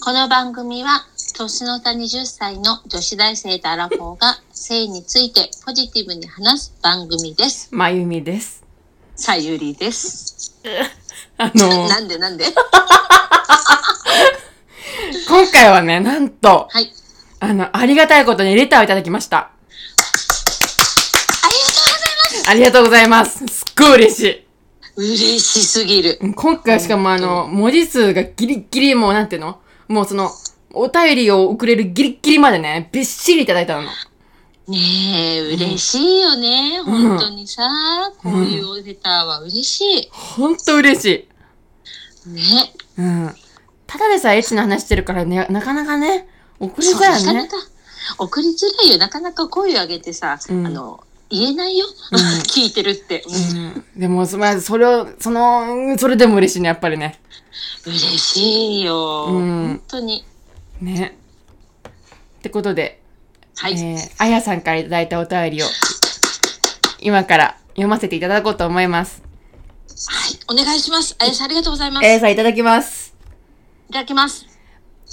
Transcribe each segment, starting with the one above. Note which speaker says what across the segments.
Speaker 1: この番組は、年の差20歳の女子大生とアラフォーが性についてポジティブに話す番組です。
Speaker 2: まゆ みです。
Speaker 1: さゆりです。
Speaker 2: あの、
Speaker 1: なんでなんで
Speaker 2: 今回はね、なんと、
Speaker 1: はい。
Speaker 2: あの、ありがたいことにレターをいただきました。
Speaker 1: ありがとうございます
Speaker 2: ありがとうございます。すっごい嬉しい。
Speaker 1: 嬉しすぎる。
Speaker 2: うん今回しかもあの、文字数がギリギリもうなんていうのもうその、お便りを送れるギリギリまでね、びっしりいただいたの。
Speaker 1: ねえ、嬉しいよね。
Speaker 2: ん
Speaker 1: 本当にさ、こういうオレターは嬉し
Speaker 2: ほんと嬉しい。
Speaker 1: い。ね。
Speaker 2: うん。ただでさえエッチな話してるからね、なかなかね、送り
Speaker 1: そう
Speaker 2: づ
Speaker 1: な
Speaker 2: らい
Speaker 1: か
Speaker 2: よ
Speaker 1: な
Speaker 2: ね。
Speaker 1: か、送りづらいよ。なかなか声を上げてさ、
Speaker 2: うん
Speaker 1: あの、言えないよ。
Speaker 2: ん
Speaker 1: 聞いてるって。うん
Speaker 2: うん。でも、まあ、それを、その、うんそれでも嬉しいね、やっぱりね。
Speaker 1: 嬉しいよ。
Speaker 2: うん
Speaker 1: 本当に。
Speaker 2: ね。ってことで、
Speaker 1: はい。
Speaker 2: えー、あやさんからいただいたお便りを、今から読ませていただこうと思います。
Speaker 1: はい。お願いします。あやさん、ありがとうございます。
Speaker 2: あ
Speaker 1: い
Speaker 2: やさんいただきます。
Speaker 1: ただきます。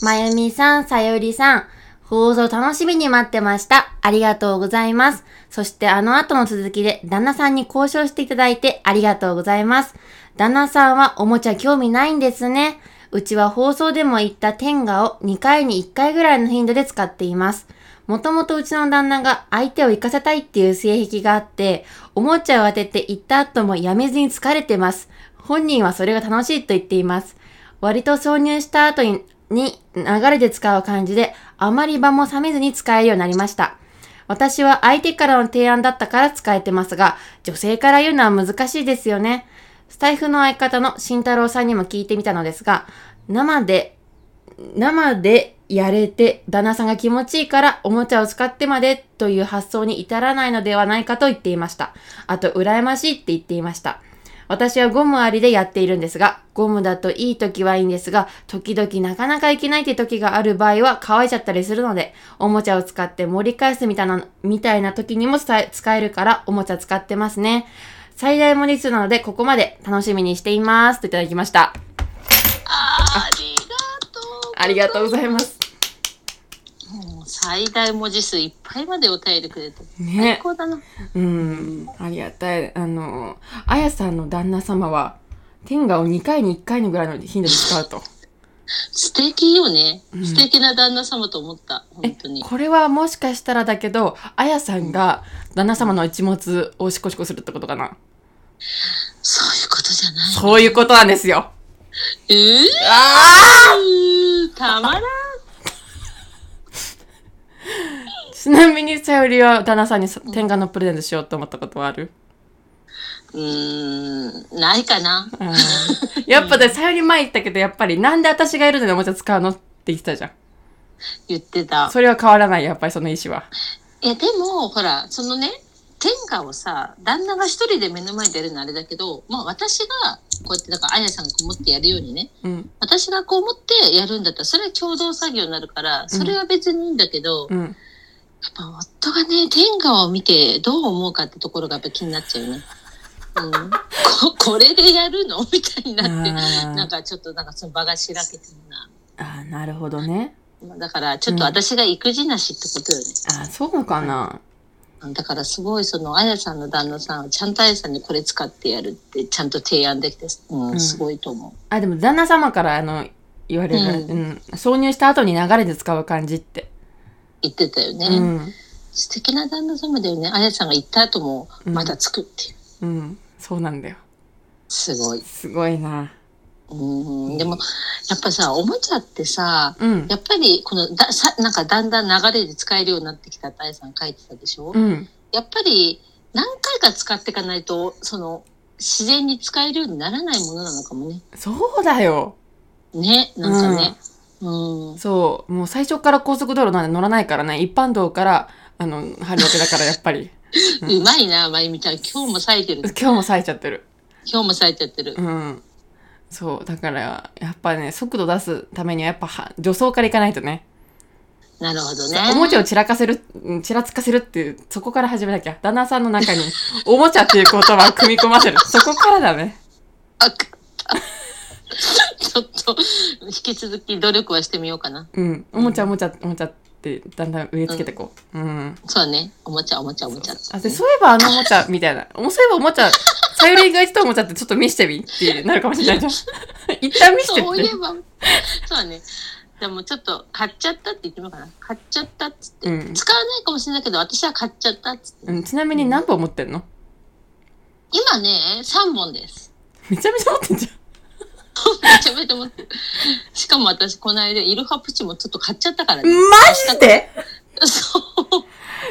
Speaker 2: まゆみさん、さゆりさん、放送楽しみに待ってました。ありがとうございます。そしてあの後の続きで、旦那さんに交渉していただいてありがとうございます。旦那さんはおもちゃ興味ないんですね。うちは放送でも言った天下を2回に1回ぐらいの頻度で使っています。もともとうちの旦那が相手を行かせたいっていう性癖があって、おもちゃを当てて行った後もやめずに疲れてます。本人はそれが楽しいと言っています。割と挿入した後にに流れで使う感じで、あまり場も冷めずに使えるようになりました。私は相手からの提案だったから使えてますが、女性から言うのは難しいですよね。スタイフの相方の慎太郎さんにも聞いてみたのですが、生で、生でやれて旦那さんが気持ちいいからおもちゃを使ってまでという発想に至らないのではないかと言っていました。あと、羨ましいって言っていました。私はゴムありでやっているんですが、ゴムだといい時はいいんですが、時々なかなかいけないって時がある場合は乾いちゃったりするので、おもちゃを使って盛り返すみたいな、みたいな時にも使え使えるから、おもちゃ使ってますね。最大盛り数なので、ここまで楽しみにしています。といただきました。
Speaker 1: ありがとう。
Speaker 2: ありがとうございます。
Speaker 1: もう最大文字数いっぱいまでお便りくれて。最
Speaker 2: ね。
Speaker 1: 高だな。
Speaker 2: うん。ありがたい。あの、あやさんの旦那様は、天下を2回に1回のぐらいの頻度で使うと。
Speaker 1: 素敵よね。
Speaker 2: うん
Speaker 1: 素敵な旦那様と思った。本当に。
Speaker 2: これはもしかしたらだけど、あやさんが旦那様の一物をシコシコするってことかな。
Speaker 1: そういうことじゃない。
Speaker 2: そういうことなんですよ。
Speaker 1: えー
Speaker 2: あ
Speaker 1: うーたまらん。
Speaker 2: ちなみに、さよりは旦那さんにさ天下のプレゼントしようと思ったことはある
Speaker 1: うーん、ないかな。
Speaker 2: あー やっぱで、さより前言ったけど、やっぱり、なんで私がいるのにおもちゃ使うのって言ってたじゃん。
Speaker 1: 言ってた。
Speaker 2: それは変わらない、やっぱりその意思は。
Speaker 1: いや、でも、ほら、そのね、天下をさ、旦那が一人で目の前でやるのあれだけど、まあ私が、こうやって、だから、あやさんがこう持ってやるようにね、
Speaker 2: うん、
Speaker 1: 私がこう持ってやるんだったら、それは共同作業になるから、それは別にいいんだけど、やっ
Speaker 2: うん。
Speaker 1: ぱ夫がね、天下を見てどう思うかってところがやっぱ気になっちゃうよね。うん、ここれでやるの みたいになって、
Speaker 2: あー
Speaker 1: なんかちょっとなんかその場がしらけてるな。
Speaker 2: あー、なるほどね。
Speaker 1: まあだから、ちょっと私が育児なしってことよね。
Speaker 2: あーそうかな。
Speaker 1: だからすごいそのあやさんの旦那さんはちゃんとあやさんにこれ使ってやるってちゃんと提案できて、う、
Speaker 2: うんん
Speaker 1: すごいと思
Speaker 2: あ、でも、旦那様から、あの、言われる、
Speaker 1: う
Speaker 2: うんん、挿入した後に流れで使う感じって。
Speaker 1: う言ってたよね、
Speaker 2: うん。
Speaker 1: 素敵な旦那様だよねあやさんが行った後も
Speaker 2: うん
Speaker 1: まだつくっていう、
Speaker 2: うん。そうなんだよ。
Speaker 1: すごい
Speaker 2: すごいな。
Speaker 1: うんでもやっぱさおもちゃってさ
Speaker 2: うん。
Speaker 1: やっぱりこのださなんかだんだん流れで使えるようになってきたってあやさん書いてたでしょ、
Speaker 2: うん。
Speaker 1: やっぱり何回か使っていかないとその自然に使えるようにならないものなのかもね
Speaker 2: そうだよ。
Speaker 1: ねなんかねうん
Speaker 2: そう。もう最初から高速道路なんで乗らないからね、一般道から、あの、入るわけだから、やっぱり。 うん
Speaker 1: うまいな、まゆみちゃん。今日も冴えてる。
Speaker 2: 今日も冴えちゃってる。
Speaker 1: 今日も冴えちゃってる
Speaker 2: う。ん。そう。だから、やっぱね、速度出すためには、やっぱは、助走からいかないとね。
Speaker 1: なるほどね。
Speaker 2: おもちゃを散らかせる、うん散らつかせるっていう、そこから始めなきゃ。旦那さんの中に、 おもちゃっていう言葉を組み込ませる。そこからだね。
Speaker 1: あくちょっと、引き続き努力はしてみようかな。
Speaker 2: うん。おもちゃおもちゃおもちゃってだんだん植え付けてこう。うん。
Speaker 1: そうね。おもちゃ、おもちゃ、おもちゃ。
Speaker 2: あでそういえばあのおもちゃみたいな。 おもそういえばおもちゃ、さゆりが言ってたおもちゃってちょっと見してみってなるかもしれないじ ゃん。一旦見して
Speaker 1: そういえ
Speaker 2: っ
Speaker 1: ば、そうだね。でもちょっと、買っちゃったって言ってみようかな。買っちゃったっつって。
Speaker 2: て。うん
Speaker 1: 使わないかもしれないけど、私は買っちゃったっつって。
Speaker 2: うん。ちなみに何本持ってんの
Speaker 1: 今ね、3本 です。
Speaker 2: めちゃめちゃ持ってんじ
Speaker 1: めちゃめちゃ持ってる。しかも私、この間、イルハプチもちょっと買っちゃったから
Speaker 2: ゃん。
Speaker 1: ね。
Speaker 2: マジで
Speaker 1: そう。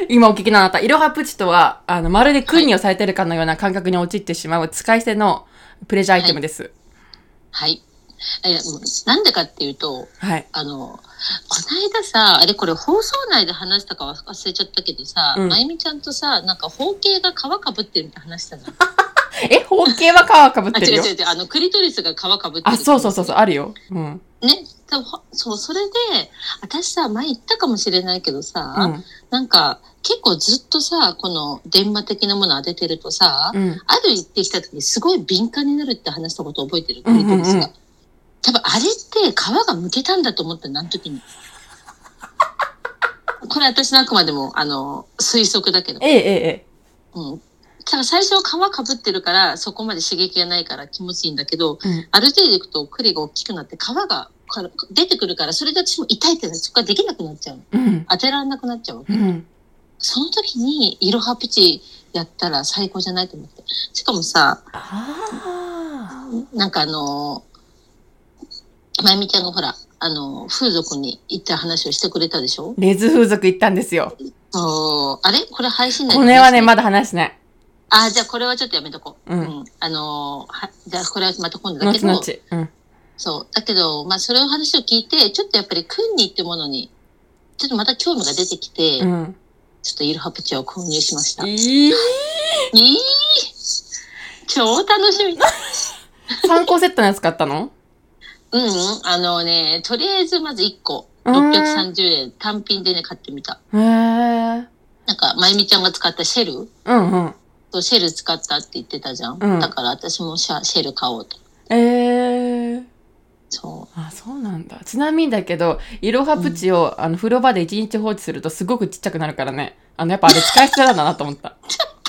Speaker 2: 今お聞きのあなた、イロハプチとは、あの、まるで訓練をされてるかのような感覚に陥ってしまう使い捨てのプレジャーアイテムです。
Speaker 1: はい。え、もうなんでかっていうと、
Speaker 2: はい。
Speaker 1: あの、この間さ、あれこれ放送内で話したか忘れちゃったけどさ、
Speaker 2: うん
Speaker 1: まゆみちゃんとさ、なんか包茎が皮かぶってるって話したじゃん。
Speaker 2: え、包茎は皮かぶっ
Speaker 1: あ、
Speaker 2: てる
Speaker 1: 違う
Speaker 2: よ
Speaker 1: 違。う違う、あの、クリトリスが皮かぶってる。
Speaker 2: あ、そうそうそうそう、あるよ。うん。
Speaker 1: う。ね。でもほそう、それで、私さ、前言ったかもしれないけどさ、
Speaker 2: うん。
Speaker 1: なんか、結構ずっとさ、この電話的なもの当ててるとさ、
Speaker 2: うん。
Speaker 1: ある一定した時にすごい敏感になるって話したこと覚えてる、クリトリスが。
Speaker 2: うんうんうん
Speaker 1: 多分あれって皮がむけたんだと思ったの、あの時 に。これ私のあくまでも、あの、推測だけど。
Speaker 2: えええええ
Speaker 1: うん。だから最初は皮かぶってるから、そこまで刺激がないから気持ちいいんだけど、
Speaker 2: え。うん。
Speaker 1: ある程度いくと栗が大きくなって皮がから出てくるから、それで私も痛いってなってそこができなくなっちゃうの。
Speaker 2: うん。
Speaker 1: 当てられなくなっちゃうわけ
Speaker 2: うん。
Speaker 1: その時に、イロハプチやったら最高じゃないと思って。しかもさ、
Speaker 2: あ
Speaker 1: なんかあのー、まゆみちゃんがほら、あのー、風俗に行った話をしてくれたでしょ
Speaker 2: ーレズ風俗行ったんですよ。
Speaker 1: そうあれこれ配信内
Speaker 2: これはね、ま
Speaker 1: だ。
Speaker 2: だ話しない。
Speaker 1: あ、じゃあこれはちょっとやめとこう。
Speaker 2: うん
Speaker 1: あのー、は、じゃあこれはまた今度だけ
Speaker 2: 後
Speaker 1: ど、
Speaker 2: 々。うん。
Speaker 1: そう。だけど、まあ、それを話を聞いて、ちょっとやっぱり、クンニってものに、ちょっとまた興味が出てきて、
Speaker 2: うん。
Speaker 1: ちょっとイロハプチを購入しました。いい
Speaker 2: いい
Speaker 1: 超楽しみ。
Speaker 2: 参考セットのやつ買ったの
Speaker 1: うんうん、あのね、とりあえずまず1個、
Speaker 2: うん
Speaker 1: 630円単品でね、買ってみた。
Speaker 2: へえ。
Speaker 1: なんか、まゆみちゃんが使ったシェル
Speaker 2: うんうん。
Speaker 1: そうシェル使ったって言ってたじゃん。
Speaker 2: うん
Speaker 1: だから私もシャシェル買おうと。
Speaker 2: ええー。
Speaker 1: そ
Speaker 2: あそうなんだちなみにだけどイロハプチを、あの風呂場で一日放置するとすごくちっちゃくなるからねあのやっぱあれ使い捨てなんだなと思った
Speaker 1: う。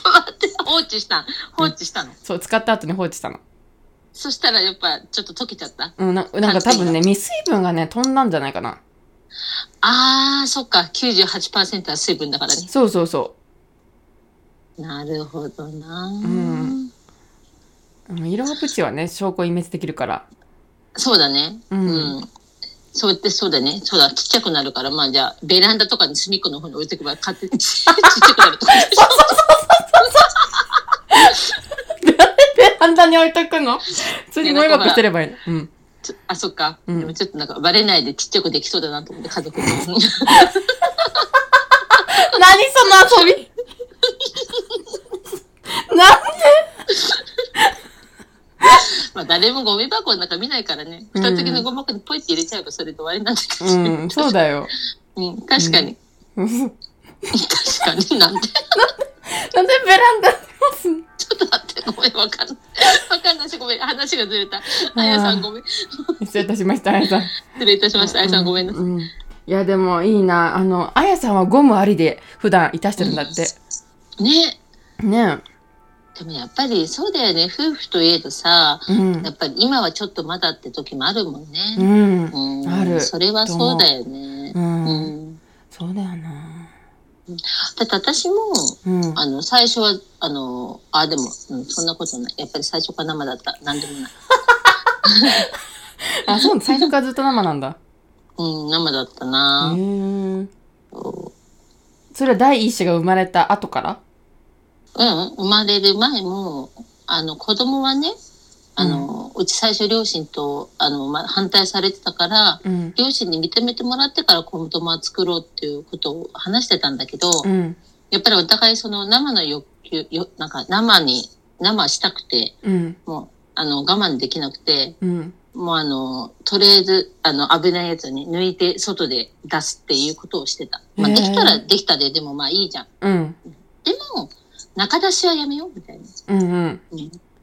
Speaker 1: 待って、放置したん放置したの。
Speaker 2: そう使った後に放置したの
Speaker 1: そしたらやっぱちょっと溶けちゃった。
Speaker 2: うんななんか多分ね未水分がね飛んだんじゃないかな
Speaker 1: あー、そっか、98%は水分だからね。
Speaker 2: そうそうそ
Speaker 1: なるほどな、
Speaker 2: うんううんイロハプチはね証拠隠滅できるから
Speaker 1: そうだね。
Speaker 2: う
Speaker 1: うんん。そうやって、そうだね。そうだ、ちっちゃくなるから、まあじゃあ、ベランダとかに隅っこの方に置いておけば、勝手にちっちゃくなるとか。
Speaker 2: であんなに置いと くの普通にゴミ箱捨てればいいのうん
Speaker 1: ちょ あ、そっか。
Speaker 2: うん
Speaker 1: でもちょっとなんか、バレないでちっちゃくできそうだなと思って、家族に。
Speaker 2: 何その遊びなん
Speaker 1: まあ、誰もゴミ箱なんか見ないからね。
Speaker 2: うん
Speaker 1: 蓋付きのゴミ箱にポイって入れちゃえば、それで終わりなんだけど。
Speaker 2: うんそうだよ
Speaker 1: うん、確かに。
Speaker 2: なんで
Speaker 1: 確かに。なんで
Speaker 2: ベランダに干すの
Speaker 1: ちょっと待って、ごめん、わかんない。わかんないし、ごめん、話がずれた。
Speaker 2: ー
Speaker 1: あやさんごめん。
Speaker 2: 失礼いたしましたあやさん
Speaker 1: 失礼いたしました。あやさんごめんなさい。
Speaker 2: うんいやでもいいなあのあやさんはゴムありで普段いたしてるんだって、
Speaker 1: ね。
Speaker 2: ね
Speaker 1: でもやっぱりそうだよね。夫婦といえどさ、
Speaker 2: えうん
Speaker 1: やっぱり今はちょっとまだって時もあるもん
Speaker 2: う
Speaker 1: ね。
Speaker 2: ん、
Speaker 1: うん、
Speaker 2: ある
Speaker 1: それはそうだよね
Speaker 2: う。
Speaker 1: うんん。
Speaker 2: そうだよな
Speaker 1: だって私も、
Speaker 2: うん
Speaker 1: あの、最初は、あの、あ、でも、うん、そんなことない。やっぱり最初から生だった。なんでもない。
Speaker 2: あそう最初からずっと生なんだ
Speaker 1: うん、生だった
Speaker 2: へ
Speaker 1: な、
Speaker 2: え
Speaker 1: そう
Speaker 2: それは第一子が生まれた後から
Speaker 1: うん、生まれる前も、あの、子供はね、あの、うち最初両親と、あの、ま、反対されてたから、
Speaker 2: うん
Speaker 1: 両親に認めてもらってから子供は作ろうっていうことを話してたんだけど、
Speaker 2: うん
Speaker 1: やっぱりお互いその生の欲求、よなんか生に、生したくて、
Speaker 2: うん
Speaker 1: もう、あの、我慢できなくて、
Speaker 2: うん
Speaker 1: もうあの、とりあえず、あの、危ないやつに抜いて外で出すっていうことをしてた。まあ、
Speaker 2: へえ
Speaker 1: できたらできたで、でもまあいいじゃん。
Speaker 2: うん
Speaker 1: でも、中出しはやめようみたいな。
Speaker 2: うんうん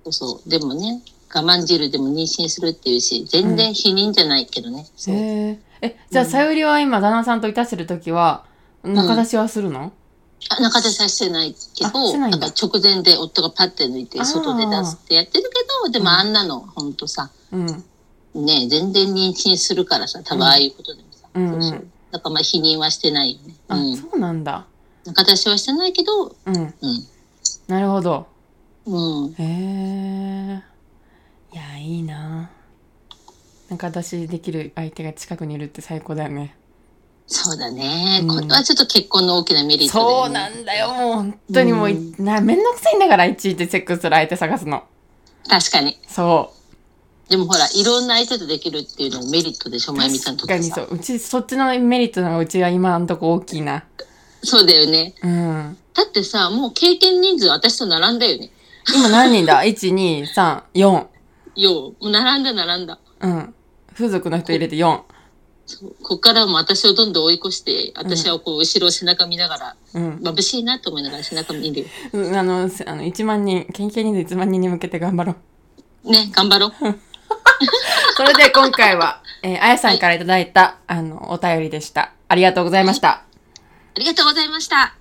Speaker 1: そうそう。でもね、我慢汁でも妊娠するっていうし、全然否認じゃないけどね。そう
Speaker 2: へえ。え、じゃあ、さゆりは今、旦那さんといたしてるときは、中出しはするの、
Speaker 1: あ中出しはしてないけ
Speaker 2: あし
Speaker 1: ど、
Speaker 2: てないん
Speaker 1: な
Speaker 2: だ
Speaker 1: んか直前で夫がパッて抜いて
Speaker 2: あー
Speaker 1: 外で出すってやってるけど、で
Speaker 2: うん
Speaker 1: もあんなのほんとさ、
Speaker 2: うん、
Speaker 1: ね全然妊娠するからさ、多分ああいうことでもさ。
Speaker 2: うん、
Speaker 1: そううんそうだからまあ否認はしてないよね。う
Speaker 2: あ、
Speaker 1: ん。
Speaker 2: そうなんだ。
Speaker 1: 中出しはしてないけど、
Speaker 2: うん。
Speaker 1: うん。
Speaker 2: なるほど。
Speaker 1: うん。
Speaker 2: へえ。いや、いいな。中出しできる相手が近くにいるって最高だよね。
Speaker 1: そうだね。
Speaker 2: うん
Speaker 1: これはちょっと結婚の大きなメリットだよね。
Speaker 2: そうなんだよ、もう本当にもう、
Speaker 1: うん
Speaker 2: な、めんどくさいんだから、いちいちセックスする相手探すの。
Speaker 1: 確かに。
Speaker 2: そ
Speaker 1: でもほら、いろんな相手とできるっていうのもメリットでしょ、
Speaker 2: う。
Speaker 1: まゆみちゃんにとっ
Speaker 2: 確か
Speaker 1: て
Speaker 2: に
Speaker 1: さ。
Speaker 2: そう。うち、そっちのメリットの方がうちは今んとこ大きいな。
Speaker 1: そうだよね。
Speaker 2: うん。
Speaker 1: だってさ、もう経験人数私と並んだよね。
Speaker 2: 今何人だ ?1、2、3、4。
Speaker 1: よう、もう並んだ並んだ。
Speaker 2: うん。風俗の人入れて4。
Speaker 1: そうこっからも私をどんどん追い越して、私はこう、後ろ背中見ながら、
Speaker 2: うん。
Speaker 1: 眩しいなと思いながら背中見るよ。
Speaker 2: うんあの、せあの、1万人、研究人数1万人に向けて頑張ろう。
Speaker 1: ね、頑張ろう。
Speaker 2: それで今回は、えーあやさんからいただいた、あの、お便りでした。ありがとうございました。
Speaker 1: ありがとうございました。